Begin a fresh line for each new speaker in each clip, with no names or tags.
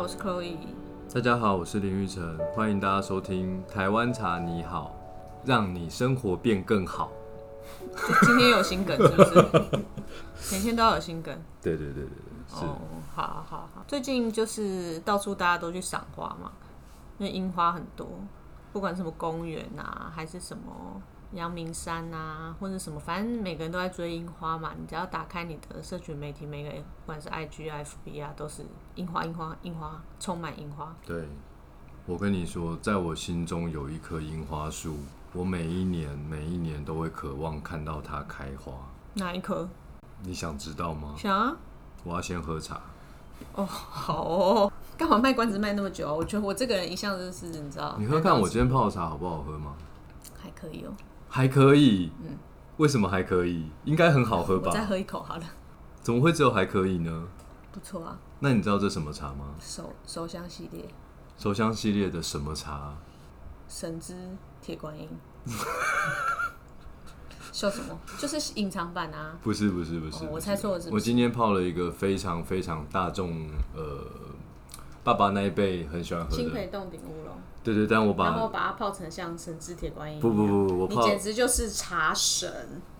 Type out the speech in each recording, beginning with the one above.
我是 Chloe。
大家好，我是林玉成，欢迎大家收听《台湾茶你好》，让你生活变更好。
今天有新梗是不是？ 每天都要有新梗。
对对对对对，是。
哦，好好好。最近就是到处大家都去赏花嘛，因为樱花很多，不管什么公园啊，还是什么阳明山啊，或者什么，反正每个人都在追樱花嘛。你只要打开你的社群媒体，每个人不管是 IG、FB 啊，都是樱花、樱花、樱花，充满樱花。
对，我跟你说，在我心中有一棵樱花树，我每一年每一年都会渴望看到它开花。
哪一颗？
你想知道吗？
想啊。
我要先喝茶。
好哦，干嘛卖关子卖那么久啊？我觉得我这个人一向就是你知道，
你喝看我今天泡的茶好不好喝吗？
还可以哦。
还可以。嗯。为什么还可以？应该很好喝
我再
吧？
喝一口好了，
怎么会只有还可以呢？
不错啊，
那你知道这什么茶吗？
手手香系列，
手香系列的什么茶？
神之铁观音。 笑什么？就是隐藏版啊！
不是不是不是，
哦
不
我
是
猜错了是不
我
是？
今天泡了一个非常非常大众，呃，爸爸那一辈很喜欢喝
青
的，
培洞顶乌龙，
对对，但我
然后
把
把它泡成像神之铁观音。
不不，不不，我
你
泡
简直就是茶神！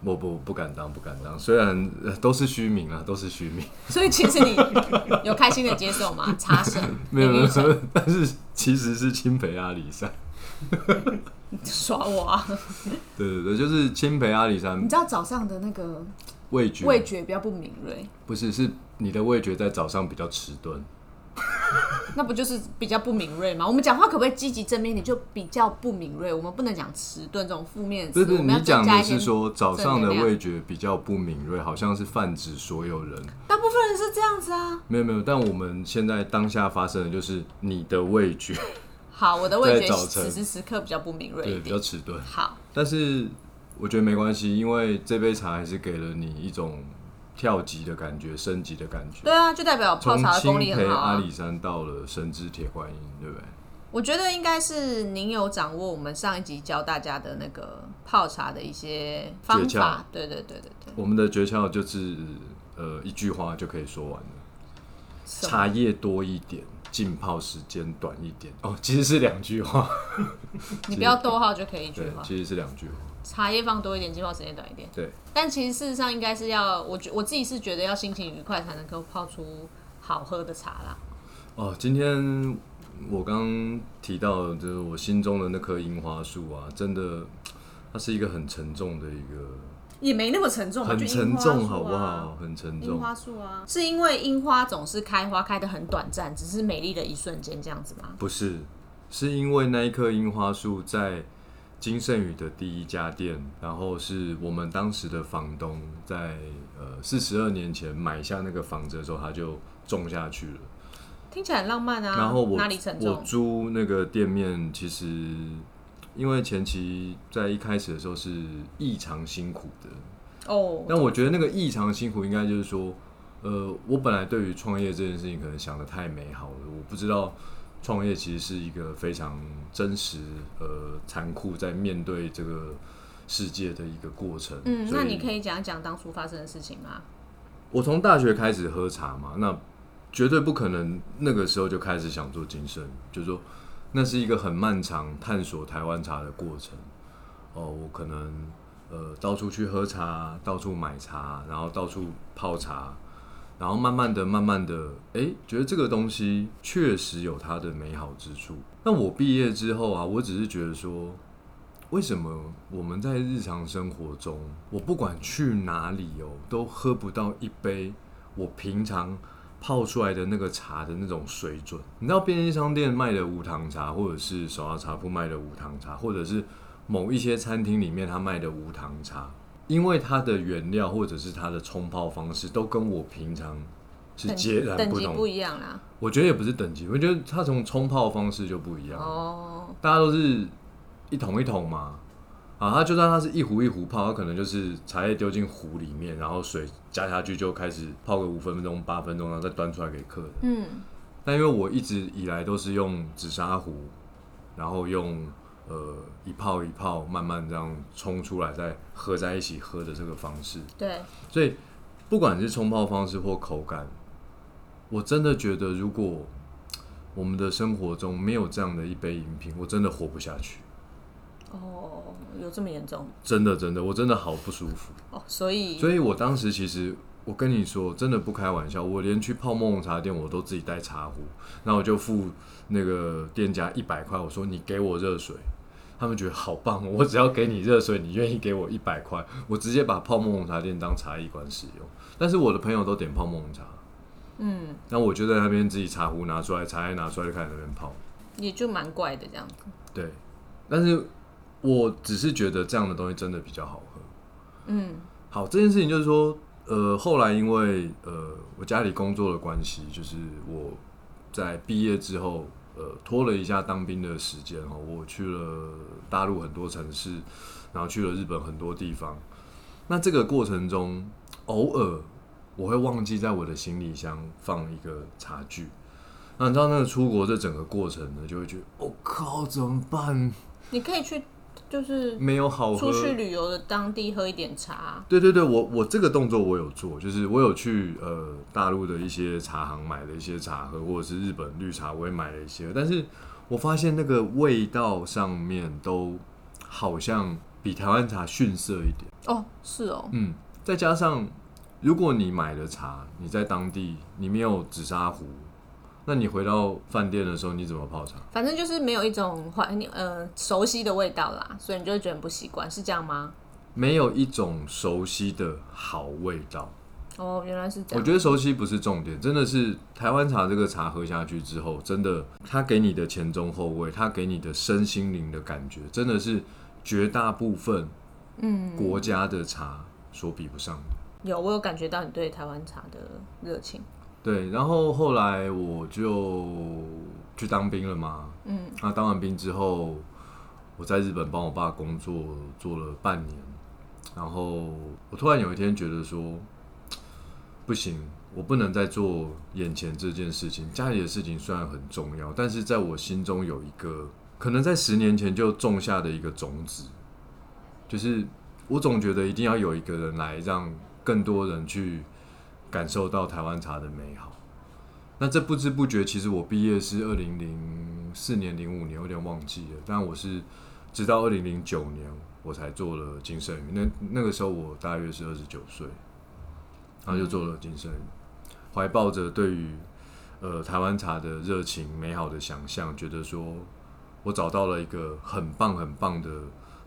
我不不敢当不敢当，虽然、呃都是虚名啊，都是虚 名，
所以其实你有开心的接受吗？茶神，
没有没
林
有
玉成，
但是其实是青培阿里山，
耍我啊！
对对对，就是青培阿里山
你知道早上的那个
味觉
嗯味觉比较不敏锐，
不是是你的味觉在早上比较迟钝，
那不就是比较不敏锐吗？我们讲话可不可以积极正面一点？就比较不敏锐，我们不能讲迟钝这种负面
不
词。
是不是
我
你
们要
讲
增加
的
一
是
些。
说早上
正
的
能量
味觉比较不敏锐，好像是泛指所有人。
大部分人是这样子啊。
没有没有，但我们现在当下发生的就是你的味觉
好，我的味觉
在早晨
此时此刻比较不敏锐
对
一
比较
点。
迟钝，
好，
但是我觉得没关系，因为这杯茶还是给了你一种跳级的感觉、升级的感觉。
对啊，就代表泡
从
茶的
青
功力
培
很好
阿
啊。
里山到了神之铁观音，对不对？
我觉得应该是您有掌握我们上一集教大家的那个泡茶的一些方
诀
法。对对对对对。
我们的诀窍就是呃一句话就可以说完了：
什么
茶叶多一点，浸泡时间短一点。哦，其实是两句话，
你不要逗号就可以一句
对
话，。
其实是两句话。
茶叶放多一点，浸泡时间短一点。
对，
但其实事实上应该是要，我觉我自己是觉得要心情愉快才能够泡出好喝的茶啦。
哦，今天我刚提到，的就是我心中的那棵樱花树啊，真的，它是一个很沉重的一个，
也没那么沉重吧，
很
就樱
沉
花树
重，
啊
好不好？？很沉
樱
重。
花树啊，是因为樱花总是开花开的很短暂，只是美丽的一瞬间这样子吗？
不是，是因为那一棵樱花树在金盛宇的第一家店，然后是我们当时的房东在呃四十二年前买下那个房子的时候，他就种下去了。
听起来很浪漫啊，
然后我
哪里沉
我
重？
租那个店面，其实因为前期在一开始的时候是异常辛苦的，
哦，
但我觉得那个异常辛苦应该就是说，呃，我本来对于创业这件事情可能想的太美好了，我不知道创业其实是一个非常真实、呃残酷在面对这个世界的一个过程。
嗯，
所
那
以
你可以讲讲当初发生的事情吗？
我从大学开始喝茶嘛，那绝对不可能那个时候就开始想做金生，就是说那是一个很漫长探索台湾茶的过程。哦，我可能呃到处去喝茶，到处买茶，然后到处泡茶，然后慢慢的、慢慢的，诶，觉得这个东西确实有它的美好之处。那我毕业之后啊，我只是觉得说，为什么我们在日常生活中，我不管去哪里哦，都喝不到一杯我平常泡出来的那个茶的那种水准？你知道便利商店卖的无糖茶，或者是手摇茶铺卖的无糖茶，或者是某一些餐厅里面他卖的无糖茶，因为它的原料或者是它的冲泡方式，都跟我平常是
等
截然
等
不
级
同
不一样啦。
我觉得也不是等级，我觉得它从冲泡方式就不一样。
哦，
大家都是一桶一桶嘛，啊，它就算它是一壶一壶泡，它可能就是茶叶丢进壶里面，然后水加下去就开始泡个五分钟、八分钟，然后再端出来给客人。
嗯，
但因为我一直以来都是用紫砂壶，然后用呃一泡一泡慢慢这样冲出来，再合在一起喝的这个方式，
对，
所以不管是冲泡方式或口感，我真的觉得如果我们的生活中没有这样的一杯饮品，我真的活不下去。
哦，有这么严重
真的真的，我真的好不舒服。
哦，所以
所以我当时其实，我跟你说，真的不开玩笑，我连去泡沫红茶店，我都自己带茶壶，那我就付那个店家一百块，我说你给我热水，他们觉得好棒哦，我只要给你热水，你愿意给我一百块，我直接把泡沫红茶店当茶艺馆使用。但是我的朋友都点泡沫红茶，嗯，那我就在那边自己茶壶拿出来，茶叶拿出来就开始在那边泡，
也就蛮怪的这样子。
对，但是我只是觉得这样的东西真的比较好喝。
嗯，
好，这件事情就是说，呃，后来因为呃我家里工作的关系，就是我在毕业之后，呃，拖了一下当兵的时间哦，我去了大陆很多城市，然后去了日本很多地方。那这个过程中，偶尔我会忘记在我的行李箱放一个茶具。那你知道那个出国这整个过程呢，就会觉得我、哦靠，怎么办？
你可以去就是
没有好嗯 喝，
出去旅游的当地喝一点茶，
对对对，我我这个动作我有做，就是我有去呃大陆的一些茶行买了一些茶喝，或者是日本绿茶我也买了一些，但是我发现那个味道上面都好像比台湾茶逊色一点。
哦，是哦，
嗯，再加上如果你买的茶你在当地你没有紫砂壶，那你回到饭店的时候你怎么泡茶？
反正就是没有一种怀念呃熟悉的味道啦，所以你就会觉得很不习惯，是这样吗？
没有一种熟悉的好味道。
哦，原来是这
我
样。
觉得熟悉不是重点，真的是台湾茶这个茶喝下去之后，真的它给你的前中后味，它给你的身心灵的感觉，真的是绝大部分嗯国家的茶所比不上的。
有，我有感觉到你对台湾茶的热情。
对，然后后来我就去当兵了嘛，嗯，那当完兵之后，我在日本帮我爸工作做了半年，然后我突然有一天觉得说，不行，我不能再做眼前这件事情。家里的事情虽然很重要，但是在我心中有一个可能在十年前就种下的一个种子，就是我总觉得一定要有一个人来让更多人去感受到台湾茶的美好。那这不知不觉，其实我毕业是二零零四年、零五年，有点忘记了。但我是直到二零零九年，我才做了金圣宇。那那个时候我大约是二十九岁，然后就做了金圣宇，怀抱着对于呃台湾茶的热情、美好的想象，觉得说我找到了一个很棒、很棒的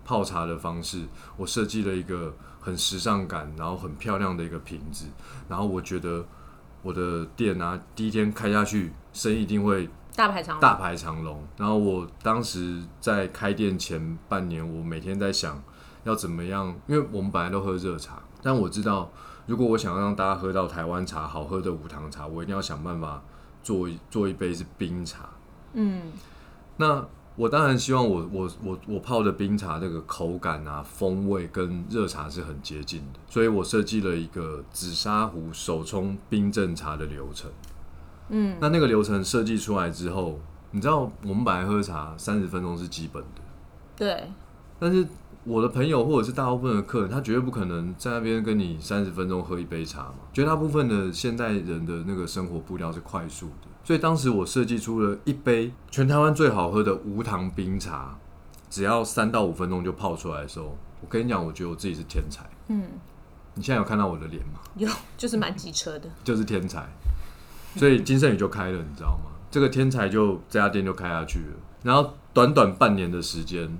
泡茶的方式，我设计了一个很时尚感，然后很漂亮的一个瓶子，然后我觉得我的店啊，第一天开下去，生意一定会
大排长龙，
大排长龙。然后我当时在开店前半年，我每天在想要怎么样，因为我们本来都喝热茶，但我知道如果我想要让大家喝到台湾茶好喝的无糖茶，我一定要想办法做一做一杯是冰茶。
嗯，
那我当然希望我我我我泡的冰茶这个口感啊、风味跟热茶是很接近的，所以我设计了一个紫砂壶手冲冰镇茶的流程。嗯，那那个流程设计出来之后，你知道我们本来喝茶三十分钟是基本的，
对，
但是我的朋友或者是大部分的客人，他绝对不可能在那边跟你三十分钟喝一杯茶嘛。绝大部分的现代人的那个生活步调是快速的，所以当时我设计出了一杯全台湾最好喝的无糖冰茶，只要三到五分钟就泡出来的时候，我跟你讲，我觉得我自己是天才。
嗯，
你现在有看到我的脸吗？
有，就是蛮机车的。
就是天才，所以金圣宇就开了，你知道吗？这个天才就这家店就开下去了，然后短短半年的时间，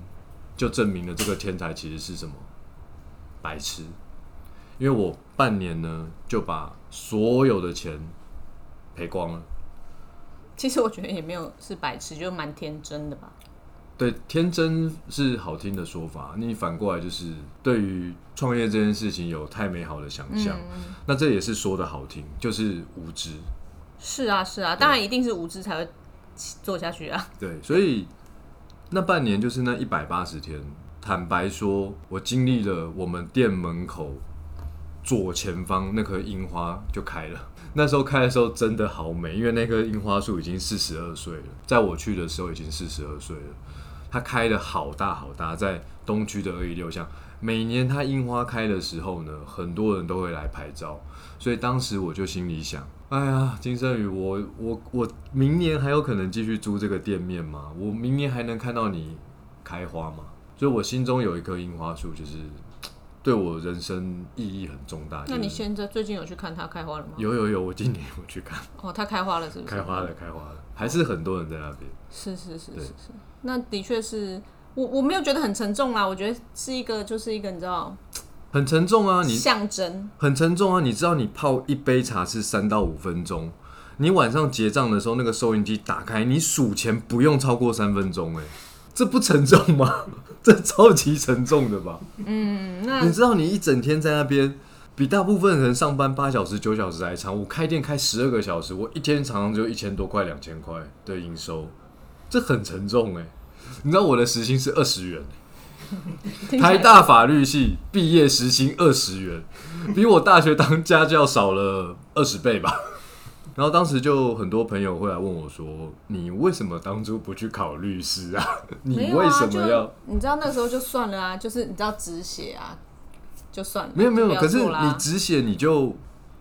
就证明了这个天才其实是什么白痴，因为我半年呢就把所有的钱赔光了。
其实我觉得也没有是白痴，就蛮天真的吧。
对，天真是好听的说法。你反过来就是对于创业这件事情有太美好的想象，那这也是说的好听，就是无知。
是啊，是啊，当然一定是无知才会做下去啊。
对，所以那半年就是那一百八十天。坦白说，我经历了我们店门口左前方那棵樱花就开了。那时候开的时候真的好美，因为那棵樱花树已经四十二岁了，在我去的时候已经四十二岁了。它开的好大好大，在东区的二一六巷，每年它樱花开的时候呢，很多人都会来拍照，所以当时我就心里想，哎呀，金圣宇，我我我明年还有可能继续租这个店面吗？我明年还能看到你开花吗？所以我心中有一棵樱花树，就是对我人生意义很重大。
那你
就是
现在最近啊有去看它开花了吗？
有有有，我今年我去看。
哦，它开花了是不是？
开花了，开花了，还是很多人在那边。
是是是
对
是是，那的确是我我没有觉得很沉重啦，我觉得是一个就是一个你知道
很沉重啊，你
象征，
很沉重啊！你知道，你泡一杯茶是三到五分钟，你晚上结账的时候，那个收银机打开，你数钱不用超过三分钟、欸，哎，这不沉重吗？ 这超级沉重的吧？
嗯，那
你知道，你一整天在那边，比大部分人上班八小时、九小时还长。我开店开十二个小时，我一天常常就一千多块、两千块的营收，这很沉重哎、你知道我的时薪是二十 元、
听起来
台大法律系毕业时薪二十元，比我大学当家教少了二十倍吧。然后当时就很多朋友会来问我说：“你为什么当初不去考律师啊？ 你
没有
为
啊，
什
就
么要？”
你知道那时候就算了啊，就是你知道止血啊，就算了，
没有没有
就，不要
可是
做啦
你止血你就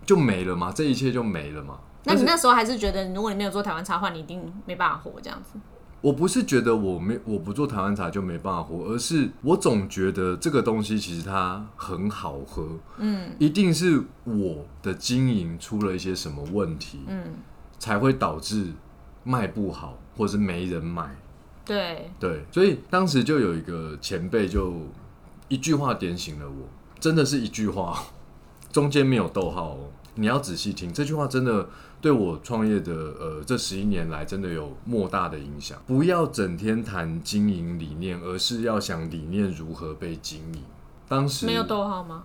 就没了嘛，这一切就没了嘛。
那你
但是
那时候还是觉得，如果你没有做台湾茶话，你一定没办法活这样子。
我不是觉得我没我不做台湾茶就没办法活，而是我总觉得这个东西其实它很好喝，
嗯
一定是我的经营出了一些什么问题，
嗯，
才会导致卖不好或是没人买。
对，
对，所以当时就有一个前辈就一句话点醒了我，真的是一句话哦， 中间没有逗号哦，你要仔细听。这句话真的对我创业的呃这十一年来真的有莫大的影响。不要整天谈经营理念，而是要想理念如何被经营。当时
没有逗号 吗？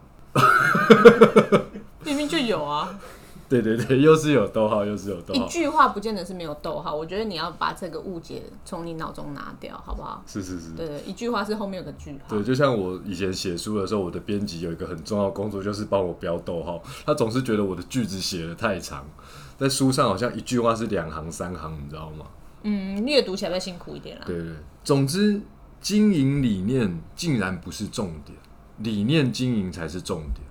明明就有啊，
对对对，又是有逗号，又是有逗
一
号，
句话不见得是没有逗号。我觉得你要把这个误解从你脑中拿掉，好不好？
是是是。
对，一句话是后面有个句号
对，。就像我以前写书的时候，我的编辑有一个很重要的工作，就是帮我标逗号。他总是觉得我的句子写的太长，在书上好像一句话是两行三行，你知道吗？
嗯，阅读起来会辛苦一点啦。
对对对。总之，经营理念竟然不是重点，理念经营才是重点。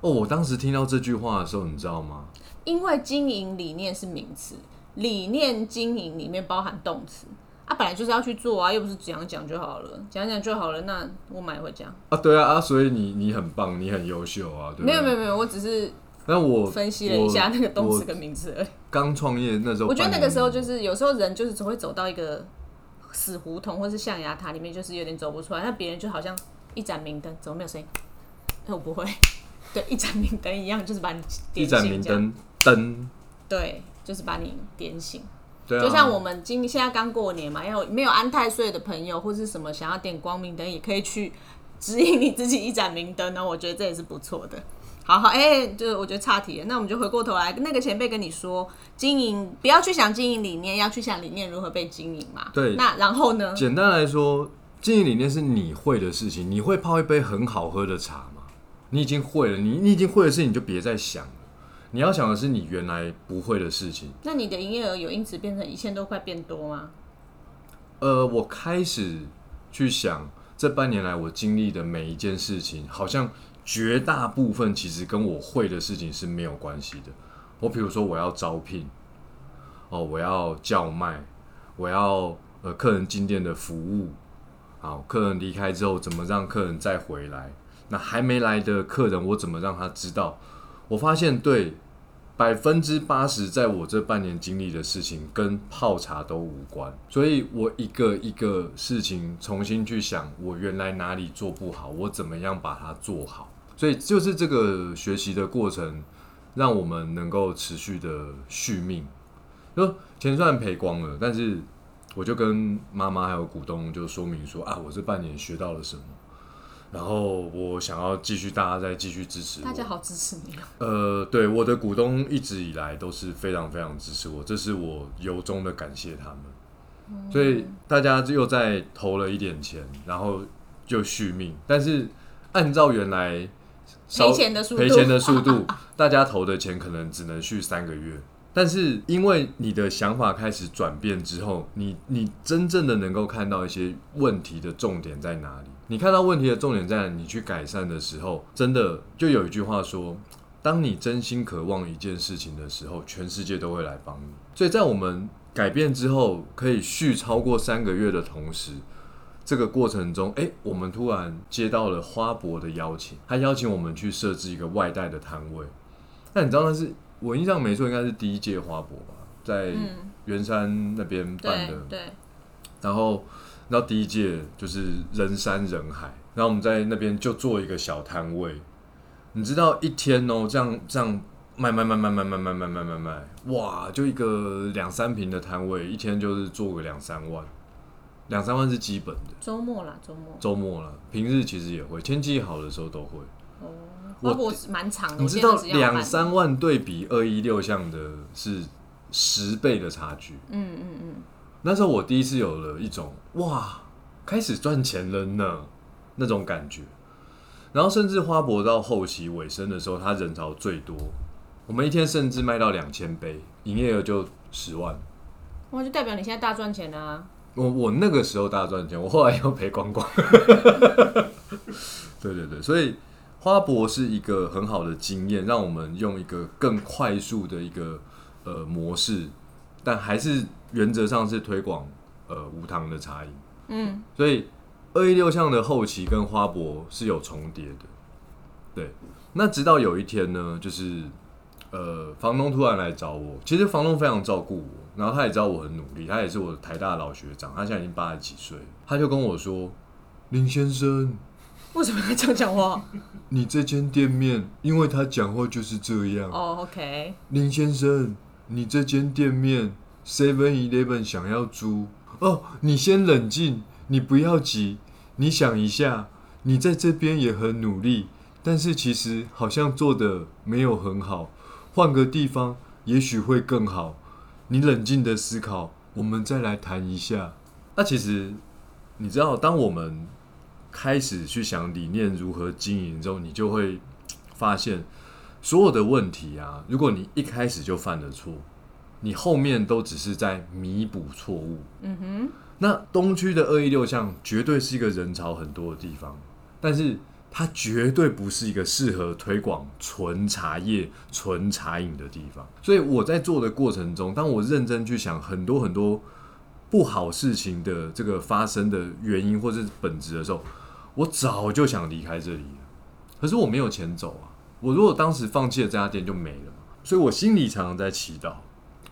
哦，我当时听到这句话的时候，你知道吗？
因为经营理念是名词，理念经营里面包含动词。啊，本来就是要去做啊，又不是讲讲就好了，讲讲就好了。那我买回家，
啊，对啊啊，所以你你很棒，你很优秀啊，对不对？
没有没有。没有，我只是
但我
分析了一下那个动词
我
跟名词而已。
刚创业那时候，
我觉得那个时候就是有时候人就是只会走到一个死胡同或是象牙塔里面，就是有点走不出来。那别人就好像一盏明灯，怎么没有声音？哎那我不会， 对，一盏明灯一样，就是把你
一
点
盏
醒
明
这样。
灯灯，
对，就是把你点醒。
对啊，
就像我们今现在刚过年嘛，要没有安太岁的朋友或是什么想要点光明灯，也可以去指引你自己一盏明灯呢。我觉得这也是不错的。好好，哎、就我觉得差题了。那我们就回过头来，那个前辈跟你说，经营不要去想经营理念，要去想理念如何被经营嘛。
对
那然后呢？
简单来说，经营理念是你会的事情，你会泡一杯很好喝的茶吗？你已经会了，你你已经会的事情你就别再想了。你要想的是你原来不会的事情。
那你的营业额有因此变成一千多块变多吗？
呃，我开始去想这半年来我经历的每一件事情，好像绝大部分其实跟我会的事情是没有关系的。我比如说我要招聘，哦，我要叫卖，我要呃客人进店的服务，好，客人离开之后怎么让客人再回来？那还没来的客人，我怎么让他知道？我发现对百分之八十在我这半年经历的事情跟泡茶都无关，所以我一个一个事情重新去想，我原来哪里做不好，我怎么样把它做好。所以就是这个学习的过程，让我们能够持续的续命。就钱虽然赔光了，但是我就跟妈妈还有股东就说明说啊，我这半年学到了什么，然后我想要继续大家再继续支持我。
大家好支持你哦。
呃，对，我的股东一直以来都是非常非常支持我，这是我由衷的感谢他们。
嗯
所以大家又再投了一点钱，然后就续命，但是按照原来烧
赔钱的速度
赔钱的速度，大家投的钱可能只能续三个月，但是因为你的想法开始转变之后，你你真正的能够看到一些问题的重点在哪里。你看到问题的重点在哪里你去改善的时候，真的就有一句话说，当你真心渴望一件事情的时候，全世界都会来帮你。所以在我们改变之后，可以续超过三个月的同时，这个过程中，哎，我们突然接到了花博的邀请，他邀请我们去设置一个外带的摊位。那你知道那是我印象没错，应该是第一届花博吧，在
嗯，
圆山那边办
对
的。
对，
然后，然后第一届就是人山人海，然后我们在那边就做一个小摊位。你知道一天哦，这样这样卖卖卖卖卖卖卖卖卖卖卖，哇，就一个两三平的摊位，一天就是做个两三万，两三万是基本的。
周末啦，周末
周末了，平日其实也会，天气好的时候都会。
哦，
我
花博是蛮长的，嗯
你
我
知
记
道
得只要
两
半
三万对比二一六项的是十倍的差距。
嗯嗯嗯，
那时候我第一次有了一种哇，开始赚钱了呢那种感觉。然后甚至花博到后期尾声的时候，它人潮最多，我们一天甚至卖到两千杯，营业额就十万。
哇，就代表你现在大赚钱啊！
我我那个时候大赚钱，我后来又赔光 光。对对对，所以花博是一个很好的经验，让我们用一个更快速的一个呃模式，但还是原则上是推广呃无糖的茶饮。
嗯，
所以二一六项的后期跟花博是有重叠的。对，那直到有一天呢，就是呃，房东突然来找我，其实房东非常照顾我，然后他也知道我很努力，他也是我台大的老学长，他现在已经八十几岁了，他就跟我说：“林先生，
为什么要这样讲话？
你这间店面，因为他讲话就是这 样。
哦，OK，
林先生，你这间店面 Seven Eleven 想要租哦，你先冷静，你不要急，你想一下，你在这边也很努力，但是其实好像做的没有很好，换个地方也许会更好。你冷静的思考，我们再来谈一下。那其实你知道，当我们开始去想理念如何经营之后，你就会发现所有的问题啊，如果你一开始就犯了错，你后面都只是在弥补错误。
嗯哼，
那东区的二一六巷绝对是一个人潮很多的地方，但是它绝对不是一个适合推广纯茶叶、纯茶饮的地方。所以我在做的过程中，当我认真去想很多很多不好事情的这个发生的原因或是本质的时候，我早就想离开这里了，可是我没有钱走啊。我如果当时放弃了这家店就没了嘛，所以我心里常常在祈祷，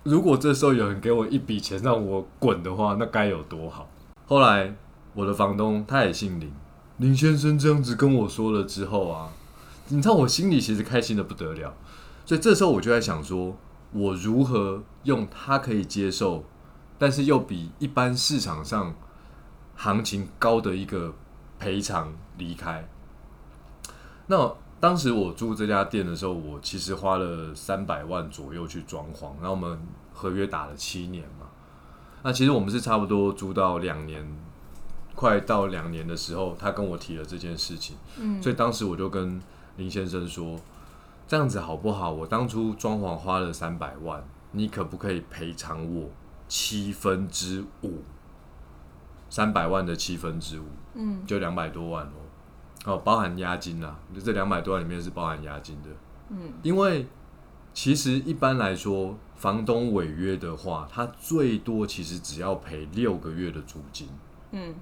如果这时候有人给我一笔钱让我滚的话，那该有多好。后来我的房东他也姓林，林先生这样子跟我说了之后啊，你知道我心里其实开心的不得了，所以这时候我就在想说，我如何用他可以接受，但是又比一般市场上行情高的一个赔偿离开。那当时我租这家店的时候，我其实花了三百万左右去装潢，然后我们合约打了七年嘛。那其实我们是差不多租到两年，快到两年的时候，他跟我提了这件事情，
嗯
所以当时我就跟林先生说，这样子好不好？我当初装潢花了三百万，你可不可以赔偿我七分之五？三百万的七分之五，
嗯，
就两百多万哦，哦，包含押金啦，就这两百多万里面是包含押金的，
嗯，
因为其实一般来说，房东违约的话，他最多其实只要赔六个月的租金，
嗯，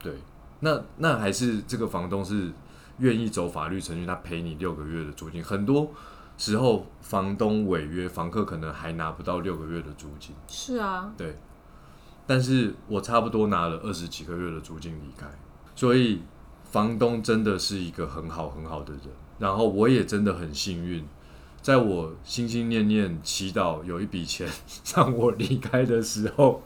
对，那那还是这个房东是愿意走法律程序，他赔你六个月的租金，很多。时候房东违约，房客可能还拿不到六个月的租金，
是啊，
对，但是我差不多拿了二十几个月的租金离开，所以房东真的是一个很好很好的人。然后我也真的很幸运，在我心心念念祈祷有一笔钱 让我离开的时候，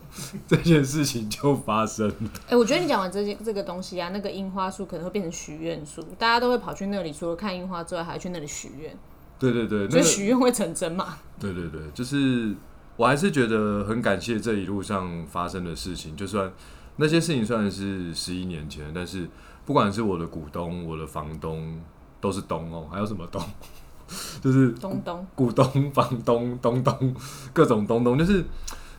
这件事情就发生了。
哎、我觉得你讲完这些这个东西啊，那个樱花树可能会变成许愿树，大家都会跑去那里，除了看樱花之外，还去那里许愿，
对对对，那
所以
个
许愿会成真嘛？
对对对，就是我还是觉得很感谢这一路上发生的事情，就算那些事情虽然是十一年前，但是不管是我的股东、我的房东，都是东哦，还有什么东？ 就是
东东，
股东、房东、东东，各种东 东，就是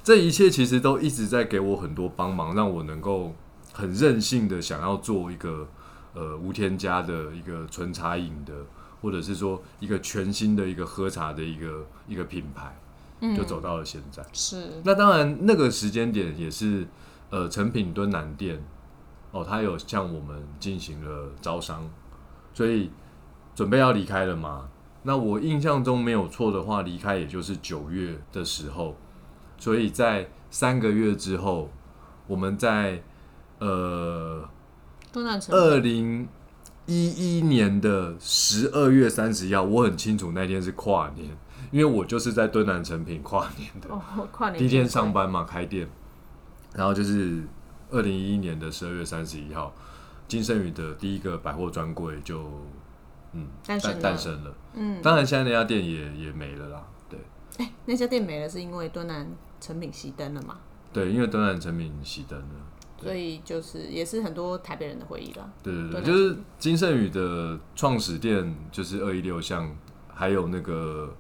这一切其实都一直在给我很多帮忙，让我能够很任性的想要做一个呃无添加的一个纯茶饮的，或者是说一个全新的一个喝茶的一个一个品牌，
嗯，
就走到了现在。
是，
那当然，那个时间点也是呃，成品敦南店哦，他有向我们进行了招商，所以准备要离开了嘛。那我印象中没有错的话，离开也就是九月的时候，所以在三个月之后，我们在呃
东南城
二零一一年的十二月三十号，我很清楚那天是跨年，因为我就是在敦南成品跨年的。
哦，跨年
呃第一天上
班，
班嘛，开店，然后就是二零一一年的十二月三十一号，金盛宇的第一个百货专柜就嗯
诞生了
诞生了。
嗯，
当然，现在那家店也也没了啦。对
哎，那家店没了是因为敦南成品熄灯了嘛，
对，因为敦南成品熄灯了。对
所以就是也是很多台北人的回忆了，
对对
对
对，
啦
就是金盛宇的创始店，就是二一六巷，还有那个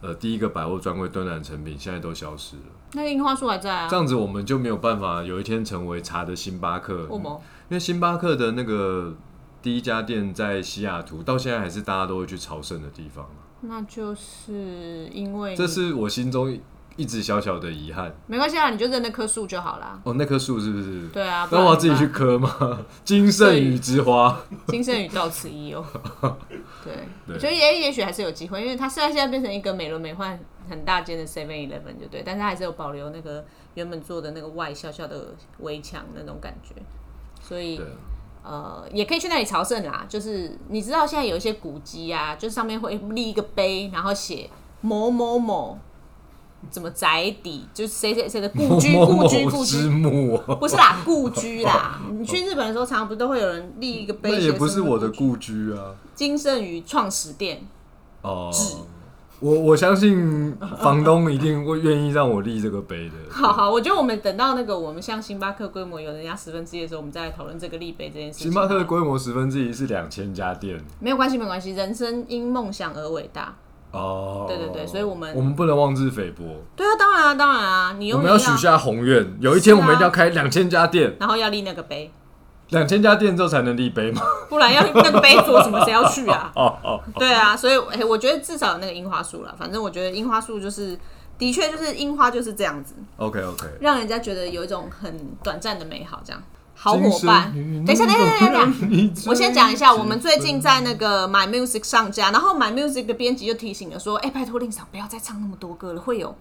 呃第一个百货专柜敦南成品，现在都消失了。
那个樱花树还在啊
这，样子我们就没有办法有一天成为茶的星巴克。
我们
因为星巴克的那个第一家店在西雅图，到现在还是大家都会去朝圣的地方。
那就是因为
这
你
是我心中一直小小的遗憾。
没关系啊，你就认那棵树就好啦。
哦，那棵树是不是？
对啊，不
那
然
我要自己
怎
去
么
刻吗？ 金圣宇之花，
办。金圣宇到此一游。对，
对
我觉得也也许还是有机会，因为它虽然现在变成一个美轮美奂、很大间的 Seven Eleven 就对，但是它还是有保留那个原本做的那个外小小的围墙那种感觉，所以
对，
呃，也可以去那里朝圣啦。就是你知道现在有一些古迹啊，就上面会立一个碑，然后写某某某怎么宅邸，就是谁谁谁的故居、
某
故居、
某
故
之
居，
墓哦，
不是啦，故居啦。你去日本的时候，常常不都会有人立一个碑，
那也不是我的
写什么
故居啊。
金圣宇创始店，
哦，我我相信房东一定会愿意让我立这个碑的。
好好，我觉得我们等到那个我们像星巴克规模有人家十分之一的时候，我们再来讨论这个立碑这件事情。
星巴克的规模十分之一是两千家店
没有关系，没有关系，人生因梦想而伟大。
哦。
对对对所以我们
我们不能妄自菲薄。
对啊，当然啊，当然啊，你啊永
我
远
们要许下宏愿，有一天我们一定要开两千家店，
然后要立那个碑，
两千家店之后才能立 碑嘛。
不然要那个碑做什么？谁要去啊？
哦哦，
对啊，所以哎、我觉得至少有那个樱花树了。反正我觉得樱花树就是，的确就是樱花就是这样子，
，OK OK，
让人家觉得有一种很短暂的美好，这样好伙伴。等一下，等一下，等一下， 等一下。
下
我先讲一下，我们最近在那个 My Music 上架，然后 My Music 的编辑就提醒了说，哎、拜托令赏不要再唱那么多歌了，会有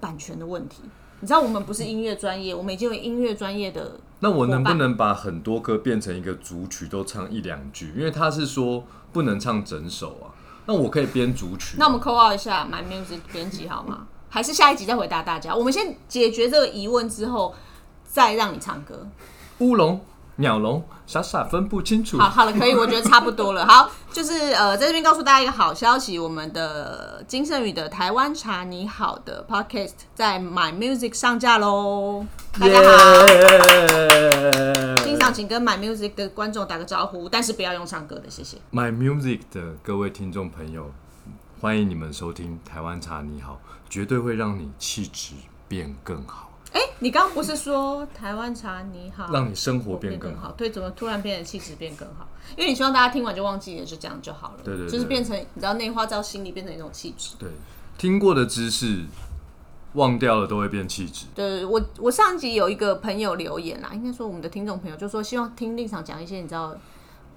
版权的问题。你知道我们不是音乐专业，我们已经有音乐专业的
那我能不能把很多歌变成一个主曲，都唱一两句？因为他是说不能唱整首啊。那我可以编主曲，
那我们扣号一下 My Music 编辑好吗？还是下一集再回答大家？我们先解决这个疑问之后，再让你唱歌。
乌龙、鸟笼，傻傻分不清楚
好，。好了，可以，我觉得差不多了。好，就是呃，在这边告诉大家一个好消息，我们的金圣宇的《台湾茶你好》的 Podcast 在 My Music 上架喽。大家好，欣赏请跟 My Music 的观众打个招呼，但是不要用唱歌的，谢谢。
My Music 的各位听众朋友，欢迎你们收听《台湾茶你好》，绝对会让你气质变更好，
哎、你刚刚不是说台湾茶你好？
让你生活
我
变更
好，
好。
对，怎么突然变得气质变更好？因为你希望大家听完就忘记了，就这样就好了。
对对对
就是变成你知道内化到心里变成一种气质。
对，听过的知识忘掉了都会变气质。
对，我我上一集有一个朋友留言啦，应该说我们的听众朋友就说希望听令场讲一些你知道，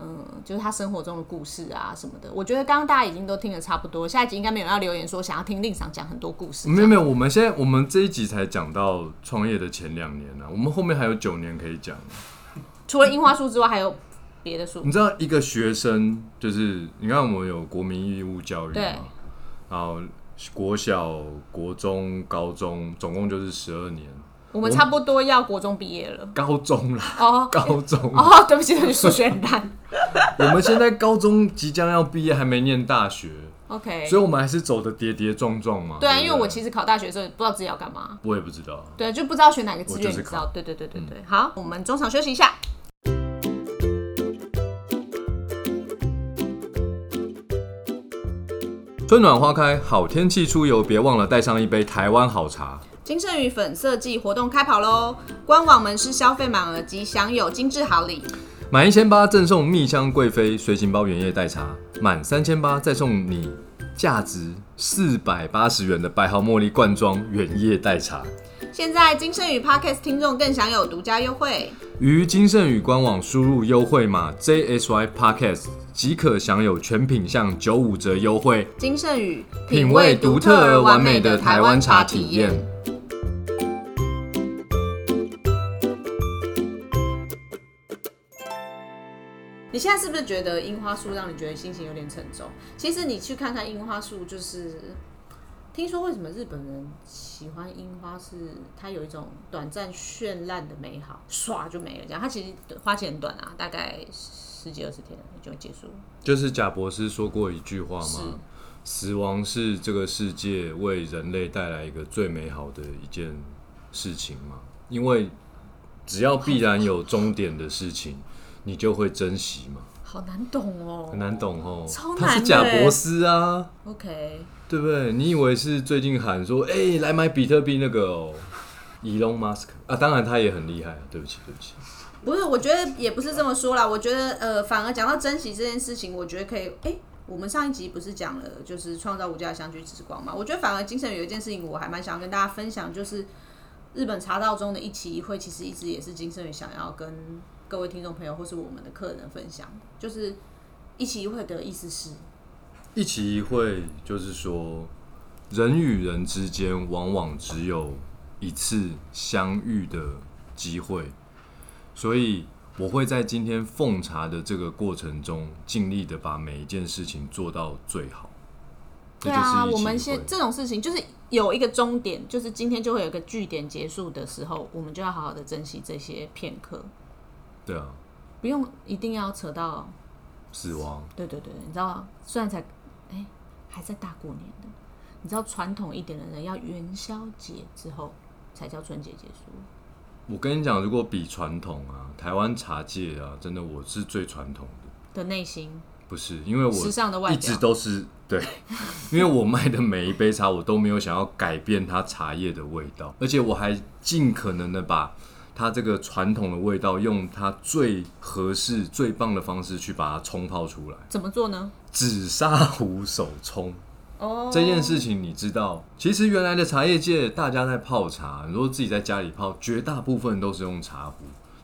嗯，就是他生活中的故事啊什么的。我觉得刚刚大家已经都听得差不多，下一集应该没有人要留言说想要听令场讲很多故事。
没有没有，我们现在我们这一集才讲到创业的前两年呢、啊我们后面还有九年可以讲。
除了樱花树之外，还有别的树
你知道一个学生就是你看我们有国民义务教育
对
嘛，然后国小、国中、高中，总共就是十二年，
我们差不多要国中毕业了。
高中啦，
哦
高中
哦，对不起，对不起，数学很烂。
我们现在高中即将要毕业，还没念大学，
OK，
所以我们还是走的跌跌撞撞嘛。
哎对啊，
不
因为我其实考大学的时候也不知道自己要干嘛。
我也不知道。
对，啊就不知道选哪个志
我就
愿，
是
你知道？
考嗯
对对对对对。好，我们中场休息一下。
春暖花开，好天气出游，别忘了带上一杯台湾好茶。
金盛宇粉色季活动开跑喽！官网门市消费满额即享有精致好礼。
满一千八赠送蜜香贵妃随行包原叶代茶，满三千八再送你价值四百八十元的白毫茉莉罐装原叶代茶。
现在金盛宇 Podcast 听众更享有独家优惠，
于金盛宇官网输入优惠码 JSY Podcast 即可享有全品项九五折优惠，
金盛宇
品味独特而完美的台湾茶体验。。
你现在是不是觉得樱花树让你觉得心情有点沉重？其实你去看看樱花树，就是听说为什么日本人喜欢樱花是，它有一种短暂绚烂的美好，唰就没了。这样，它其实花期很短啊，大概十几二十天就结束了。
就是贾博士说过一句话
是
嘛，死亡是这个世界为人类带来一个最美好的一件事情嘛，因为只要必然有终点的事情，你就会珍惜嘛。
好难懂哦、
很难懂哦
超，
他是
难的
贾
欸
博士啊，
OK，
对不对？你以为是最近喊说，哎、来买比特币那个哦，Elon Musk 啊，当然他也很厉害啊，对不起，对不起，
不是，我觉得也不是这么说啦。我觉得呃，反而讲到珍惜这件事情，我觉得可以。哎、我们上一集不是讲了就是创造无价的相聚之光嘛？我觉得反而精神有一件事情，我还蛮想要跟大家分享，就是日本茶道中的一期一会，其实一直也是金盛宇想要跟各位听众朋友或是我们的客人分享，就是一期一会的意思是，
一期一会就是说，人与人之间往往只有一次相遇的机会，所以我会在今天奉茶的这个过程中，尽力的把每一件事情做到最好。这
对
就是
啊，
一期
我们
一
先
会
这种事情就是有一个终点，就是今天就会有一个据点结束的时候，我们就要好好的珍惜这些片刻，
对啊，
不用一定要扯到，
死亡。
对对对，你知道，虽然才哎、还在大过年的，你知道传统一点的人要元宵节之后才叫春节结束，
我跟你讲，如果比传统啊，台湾茶界啊，真的我是最传统的，
的内心
不是因为
时
我
尚的外
一直
表，
都是对， 因为我卖的每一杯茶，我都没有想要改变它茶叶的味道，而且我还尽可能的把它这个传统的味道，用它最合适、最棒的方式去把它冲泡出来。
怎么做呢？
紫砂壶手冲。
哦
这件事情你知道，其实原来的茶叶界大家在泡茶，你说自己在家里泡，绝大部分都是用茶壶，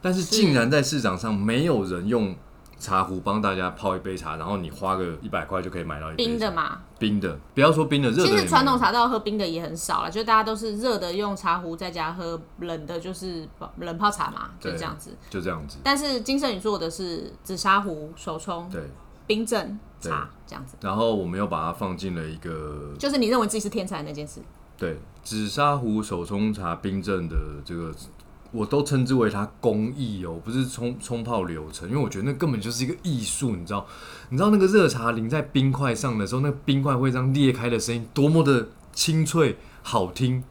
但是竟然在市场上没有人用茶壶帮大家泡一杯茶，然后你花个一百块就可以买到一杯
冰的
茶
嘛，
冰的，不要说冰的，热的
其
也没
实
有
传统茶道喝冰的也很少了，就大家都是热的用茶壶在家喝，冷的就是冷泡茶嘛，就
对
这样子。
就这样子，
但是金圣宇做的是紫砂壶、手冲、
对。
冰镇
对
茶这样子，
然后我们又把它放进了一个
就是你认为自己是天才的那件事。
对紫砂壶手冲茶冰镇的这个，我都称之为它工艺哦，不是冲冲泡流程，因为我觉得那根本就是一个艺术，你知道？你知道那个热茶淋在冰块上的时候，那个冰块会这样裂开的声音多么的清脆好听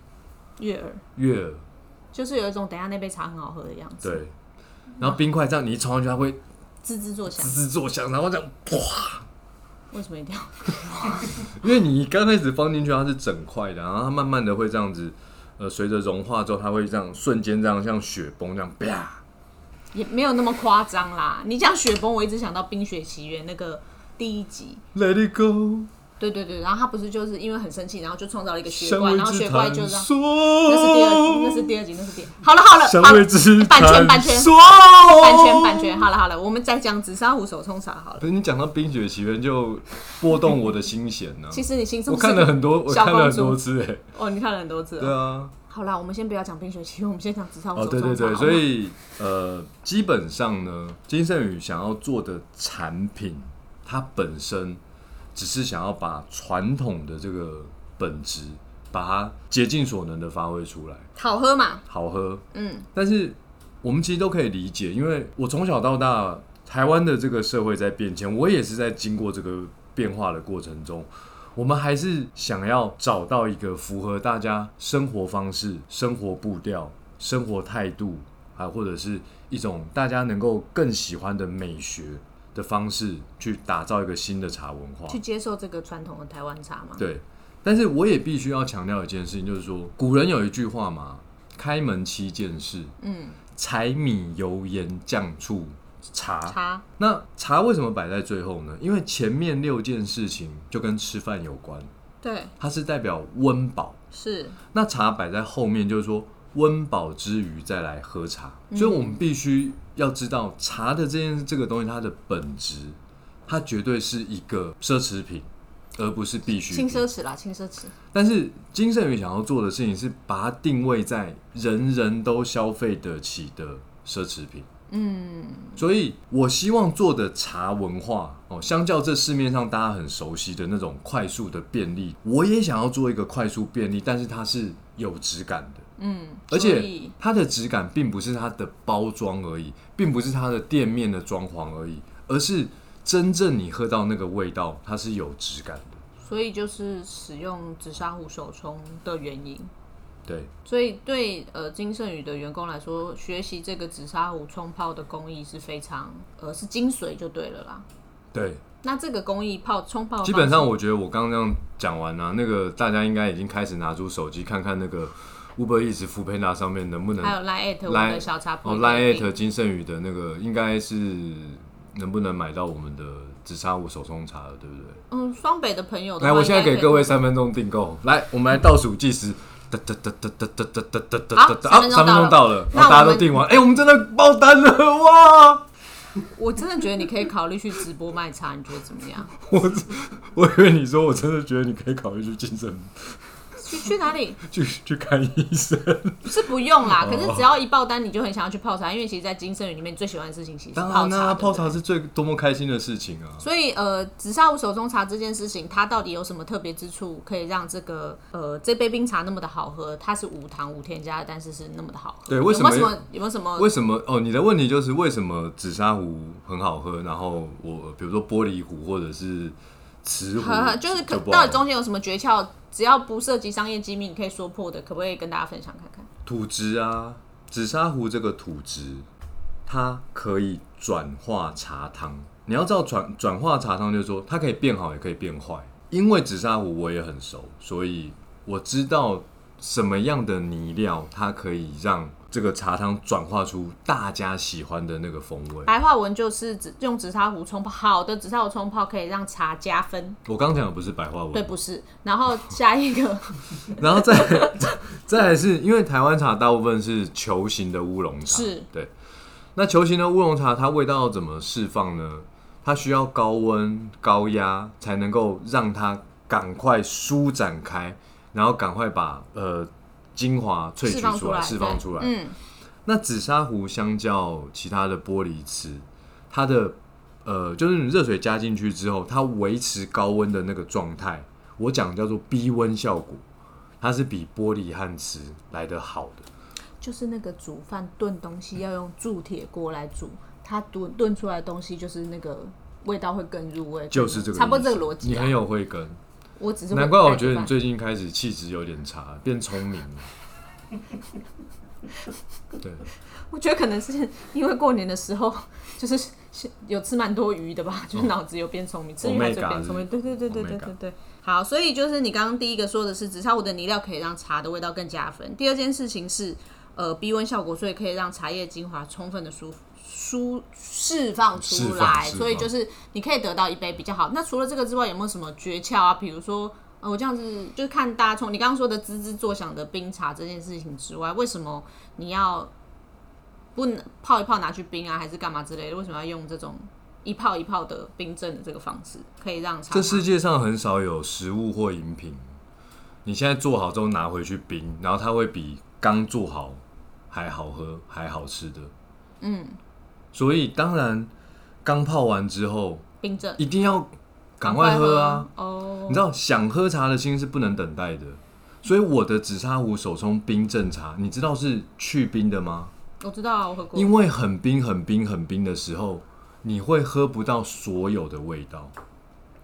悦耳
悦耳，
就是有一种等一下那杯茶很好喝的样子，
对。然后冰块这样你一冲上去，它会
滋滋作响
滋。滋作响，然后这样 哇，
为什么一定要？
因为你刚开始放进去它是整块的，然后它慢慢的会这样子，呃，随着融化之后，它会这样瞬间这样像雪崩这样啪。
也没有那么夸张啦。你讲雪崩，我一直想到《冰雪奇缘》那个第一集。
Let it go，
对对对，然后他不是就是因为很生气，然后就创造了一个雪
香
怪，
味
然后
之
雪怪
谈
就让。
说，
那是第二集，那是啊第二集，那是第二集好了好了，
香味
版
之
版权版权
说，
版权版权，好了好了，我们再讲紫砂壶手冲茶好了。
不是你讲到《冰雪奇缘》就拨动我的心弦呢、
其实你心中
我看了很多，我
小
看
公主
了很多 次、哎，
哦，你看了很多次
对
哦。
啊，
好啦，我们先不要讲冰雪奇缘，我们先讲紫砂壶
哦，
手
对
冲茶。
对对，
好吗
所以呃，基本上呢，金圣宇想要做的产品，它本身只是想要把传统的这个本质，把它竭尽所能的发挥出来。
好喝嘛？
好喝，
嗯，
但是我们其实都可以理解，因为我从小到大，台湾的这个社会在变迁，我也是在经过这个变化的过程中，我们还是想要找到一个符合大家生活方式、生活步调、生活态度，啊，或者是一种大家能够更喜欢的美学。的方式去打造一个新的茶文化。
去接受这个传统的台湾茶嘛。
对，但是我也必须要强调一件事情，就是说古人有一句话嘛，“开门七件事”，
嗯，
柴米油盐酱醋茶。
茶
那茶为什么摆在最后呢？因为前面六件事情就跟吃饭有关，
对
它是代表温饱。
是，
那茶摆在后面，就是说温饱之余再来喝茶，
嗯
所以我们必须要知道茶的这件这个东西它的本质，它绝对是一个奢侈品，而不是必需
轻
品。
奢侈啦，轻奢侈。
但是金圣宇想要做的事情是把它定位在人人都消费得起的奢侈品。嗯，所以我希望做的茶文化哦，相较这市面上大家很熟悉的那种快速的便利，我也想要做一个快速便利，但是它是有质感的。
嗯，所
而且
以
它的质感并不是它的包装而已，并不是它的店面的装潢而已，而是真正你喝到那个味道，它是有质感的。
所以就是使用紫砂壶手冲的原因。
对，
所以对呃金圣宇的员工来说，学习这个紫砂壶冲泡的工艺是非常呃是精髓就对了啦。
对，
那这个工艺泡冲泡的
基本上
方式
我觉得我刚刚这样讲完了、那个大家应该已经开始拿出手机看看那个 Uber Eats、f o o p a n d 上面能不能
还有 line at 我
来
们的小茶铺
哦
一
l i
定
t 金圣宇的那个应该是能不能买到我们的紫砂壶手冲茶了，对不对？
嗯，双北的朋友的
来，
话
我现在
应该
给
可以
各位三分钟订购。来，我们来倒数计时。哒哒哒哒哒哒哒哒哒哒哒！
好
啊
三分钟到了
三分钟到了，
那
然后大家
我
都
们
订完。哎，我们真的爆单了哇！
我真的觉得你可以考虑去直播卖茶，你觉得怎么样？
我我以为你说，我真的觉得你可以考虑去精神
去去哪里
去去看医 生。
是不用
哦
啦，可是只要一爆单，你就很想要去泡茶，因为其实，在金圣宇里面最喜欢的事情其实是
当
泡
然
茶。
啦、
对不对
泡茶是最多么开心的事情啊！
所以呃，紫砂壶手冲茶这件事情，它到底有什么特别之处，可以让这个呃这杯冰茶那么的好喝？它是无糖无添加的，但是是那么的好喝。
对
有
为什么
没有什么有没有什么
为什么？哦，你的问题就是为什么紫砂壶很好喝，然后我呃比如说玻璃壶或者是瓷壶
呵呵，就是可
就不好
到
喝
底中间有什么诀窍？只要不涉及商业机密，你可以说破的，可不可以跟大家分享看看？
土质啊，紫砂壶这个土质，它可以转化茶汤。你要知道转转化茶汤，就是说它可以变好，也可以变坏。因为紫砂壶我也很熟，所以我知道什么样的泥料，它可以让这个茶汤转化出大家喜欢的那个风味。
白话文就是紫用紫砂壶冲泡，好的紫砂壶冲泡可以让茶加分，
我刚讲的不是白话文，
对，不是？然后下一 个
然后再再再来是因为台湾茶大部分是球形的乌龙茶，
是
对。那球形的乌龙茶，它味道要怎么释放呢？它需要高温高压才能够让它赶快舒展开，然后赶快把呃精华萃取
释放
出
出
来，
来，
释放出来。
对嗯，
那紫砂壶相较其他的玻璃瓷，它的呃，就是你热水加进去之后，它维持高温的那个状态，我讲叫做逼温效果，它是比玻璃和瓷来的好的。
就是那个煮饭炖东西要用铸铁锅来煮，它炖炖出来的东西就是那个味道会更入味，
就是这个意思，
差不多这个逻辑
你
啊。
很有慧根，
我只是会
难怪我
带
觉
着
得你
饭
最近开始气质有点差，变聪明了。 对，
我觉得可能是 因为过年的时候就是是有吃蛮多鱼的吧，
嗯
就是脑子有变聪明，吃鱼还是有
Omega
变聪明。对对对对对
Omega
对对。好，所以就是你刚刚第一个说的是紫砂壶的泥料可以让茶的味道更加分。第二件事情是呃低温效果，所以可以让茶叶精华充分的舒舒释放
释
出
放
来，
释放
所以就是你可以得到一杯比较好。那除了这个之外，有没有什么诀窍啊？比如说。呃，我这样子就是看大家从你刚刚说的滋滋作响的冰茶这件事情之外，为什么你要不能泡一泡拿去冰啊，还是干嘛之类的？为什么要用这种一泡一泡的冰镇的这个方式，可以让茶
这世界上很少有食物或饮品，你现在做好之后拿回去冰，然后它会比刚做好还好喝、还好吃的。嗯，所以当然刚泡完之后
冰镇？
一定要赶快喝啊！
哦
你，知道想喝茶的心是不能等待的，所以我的紫砂壶手冲冰镇茶，你知道是去冰的吗？
我知道啊，我喝过。
因为很冰、很冰、很冰的时候，你会喝不到所有的味道，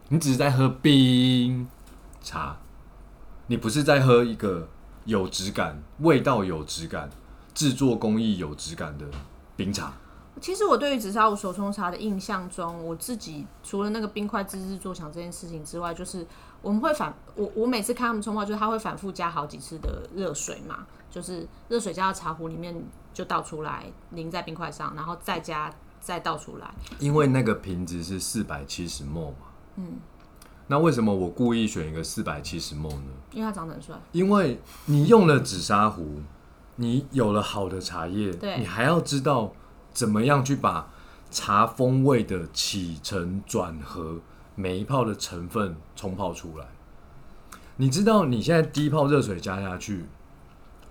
你只是在喝冰茶，你不是在喝一个有质感、味道有质感、制作工艺有质感的冰茶。
其实我对于紫砂壶手冲茶的印象中，我自己除了那个冰块自制作享这件事情之外，就是我们会反我我每次看他们冲泡，就是他会反复加好几次的热水嘛，就是热水加到茶壶里面就倒出来，淋在冰块上，然后再加再倒出来。
因为那个瓶子是四百七十 ml 嘛。嗯。那为什么我故意选一个四百七十 ml 呢？
因为它长得很帅，
因为你用了紫砂壶，你有了好的茶叶
对，
你还要知道怎么样去把茶风味的起承转合，每一泡的成分冲泡出来。你知道你现在第一泡热水加下去，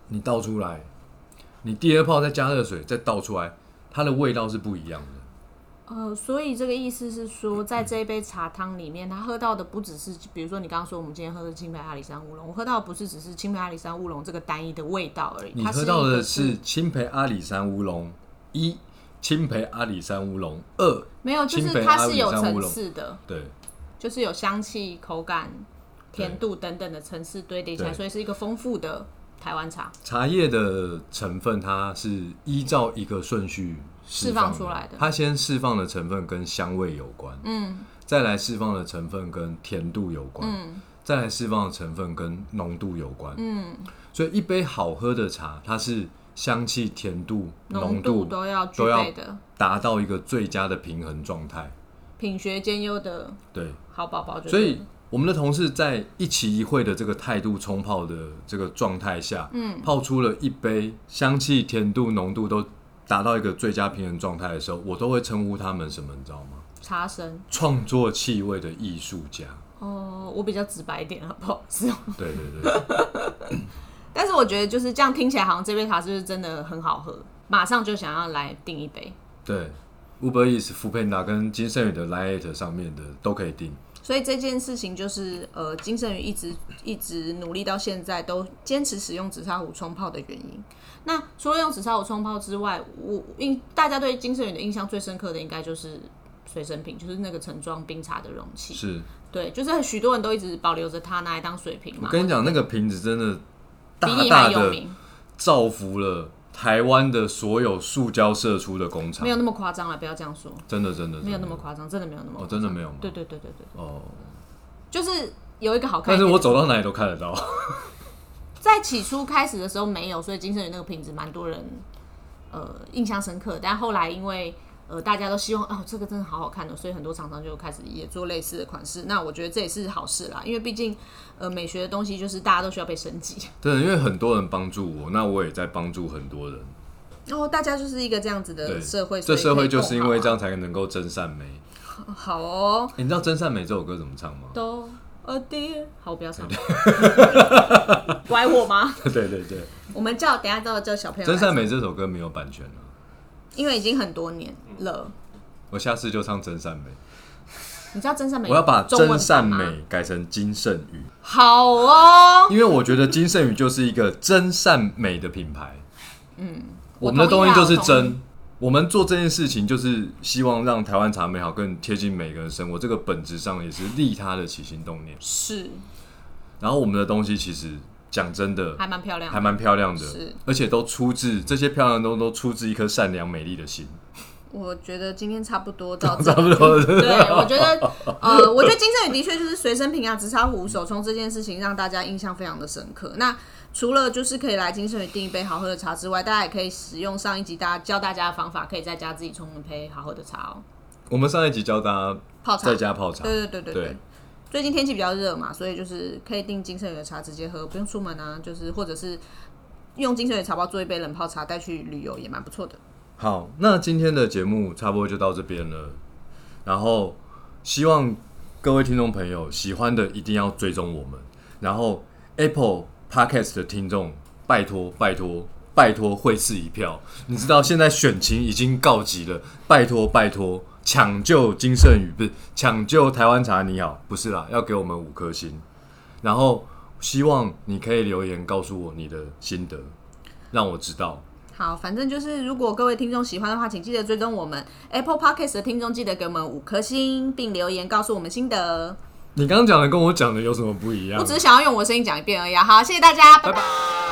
你倒出来，你第二泡再加热水再倒出来，它的味道是不一样的。
呃，所以这个意思是说，在这一杯茶汤里面，他喝到的不只是，比如说你刚刚说我们今天喝的青梅阿里山乌龙，我喝到的不是只是青梅阿里山乌龙这个单一的味道而已，
你
它是
喝
一
到
个
的是青培阿里山乌龙一，青培阿里山乌龙二，
没有，就
青
是
北
它
阿
是
里
有
山乌
层
龙
次的，
对。
就是有香气、口感、甜
对
度等等的层次堆叠起来，
对
所以是一个丰富的台湾茶
茶叶的成分，它是依照一个顺序释
释放出来的
它先释放的成分跟香味有关，嗯，再来释放的成分跟甜度有关，嗯，再来释放的成分跟浓度有关，嗯。所以一杯好喝的茶，它是香气、甜度、浓
浓
度
都要具
都要
备的，
达到一个最佳的平衡状态。
品学兼优的
对，
好宝宝就
所
对了。
以我们的同事在一期一会的这个态度冲泡的这个状态下，嗯，泡出了一杯香气、甜度、浓度都达到一个最佳平衡状态的时候，我都会称呼他们什么，你知道吗？
茶神
创作气味的艺术家。
哦，我比较直白一点啊，不好意 思。
对对对，
但是我觉得就是这样听起来，好像这杯茶是不是真的很好喝？马上就想要来订一杯，
对。Uber Eats、f o o p a n d a 跟金圣宇的 Line It 上面的都可以订。
所以这件事情就是呃，金圣宇一直一直努力到现在，都坚持使用紫砂壶冲泡的原因。那除了用紫砂壶冲泡之外，我印大家对金圣宇的印象最深刻的，应该就是随身瓶，就是那个盛装冰茶的容器。
是
对，就是许多人都一直保留着它拿来当水瓶
我
嘛，
跟你讲，那个瓶子真的
比
大
你
大
还有
的
名，
造福了台湾的所有塑胶射出的工厂
没。有那么夸张了，不要这样说，
真的真的真的
没有那么夸张，真的没有那么
哦，
夸张
真的没有吗？
对对对对对，
哦，
就是有一个好看
但
一点的。
是我走到哪里都看得到。
在起初开始的时候没有，所以金圣宇那个瓶子蛮多人呃印象深刻。但后来因为呃大家都希望哦这个真的好好看的，所以很多厂商就开始也做类似的款式。那我觉得这也是好事啦，因为毕竟呃美学的东西就是大家都需要被升级。
对，因为很多人帮助我，那我也在帮助很多人。
然哦后、大家就是一个这样子的
对，
呃社会，所
这
以可以啊
社会就是因为这
共
样才能够真善美。
好啊好哦，
诶你知道真善美这首歌怎么唱吗？
都。呃，爹，好，我不要唱，拐我吗？
对对对，
我们叫等一下叫叫小朋友来
真善美这首歌没有版权啊，
因为已经很多年了。
我下次就唱真善美。
你知道真善美？
我要把真
哎
善
中文版吗
美改成金圣宇，
好哦，
因为我觉得金圣宇就是一个真善美的品牌。嗯，我们
我
的
同
东
意啊
西就是
我同
真。我们做这件事情，就是希望让台湾茶美好，更贴近每个人生活。这个本质上也是利他的起心动念。
是
然后我们的东西其实讲真的
还蛮漂亮的，
还蛮漂亮的
是，
而且都出自这些漂亮的东西都出自一颗善良美丽的心。
我觉得今天差不多 到这
差不多
里。嗯对，我觉得，呃，我觉得金圣宇的确就是随身瓶啊、紫砂壶、手冲这件事情，让大家印象非常的深刻。那除了就是可以来金圣宇订一杯好喝的茶之外，大家也可以使用上一集大家教大家的方法，可以在家自己冲一杯好喝的茶哦，
我们上一集教大家
泡茶。
在家泡茶，
对对对对对
啊对。
最近天气比较热嘛，所以就是可以订金圣宇的茶直接喝，不用出门啊，就是或者是用金圣宇茶包做一杯冷泡茶带去旅游也蛮不错的。
好，那今天的节目差不多就到这边了。然后希望各位听众朋友喜欢的一定要追踪我们。然后 Apple Podcast 的听众，拜托拜托拜托会是一票。你知道现在选情已经告急了，拜托拜托，抢救金圣宇不是抢救台湾茶你好，不是啦，要给我们五颗星。然后希望你可以留言告诉我你的心得，让我知道。
好，反正就是，如果各位听众喜欢的话，请记得追踪我们 Apple Podcast 的听众，记得给我们五颗星，并留言告诉我们心得。
你刚刚讲的跟我讲的有什么不一样？
我只是想要用我的声音讲一遍而已、啊。好，谢谢大家，拜拜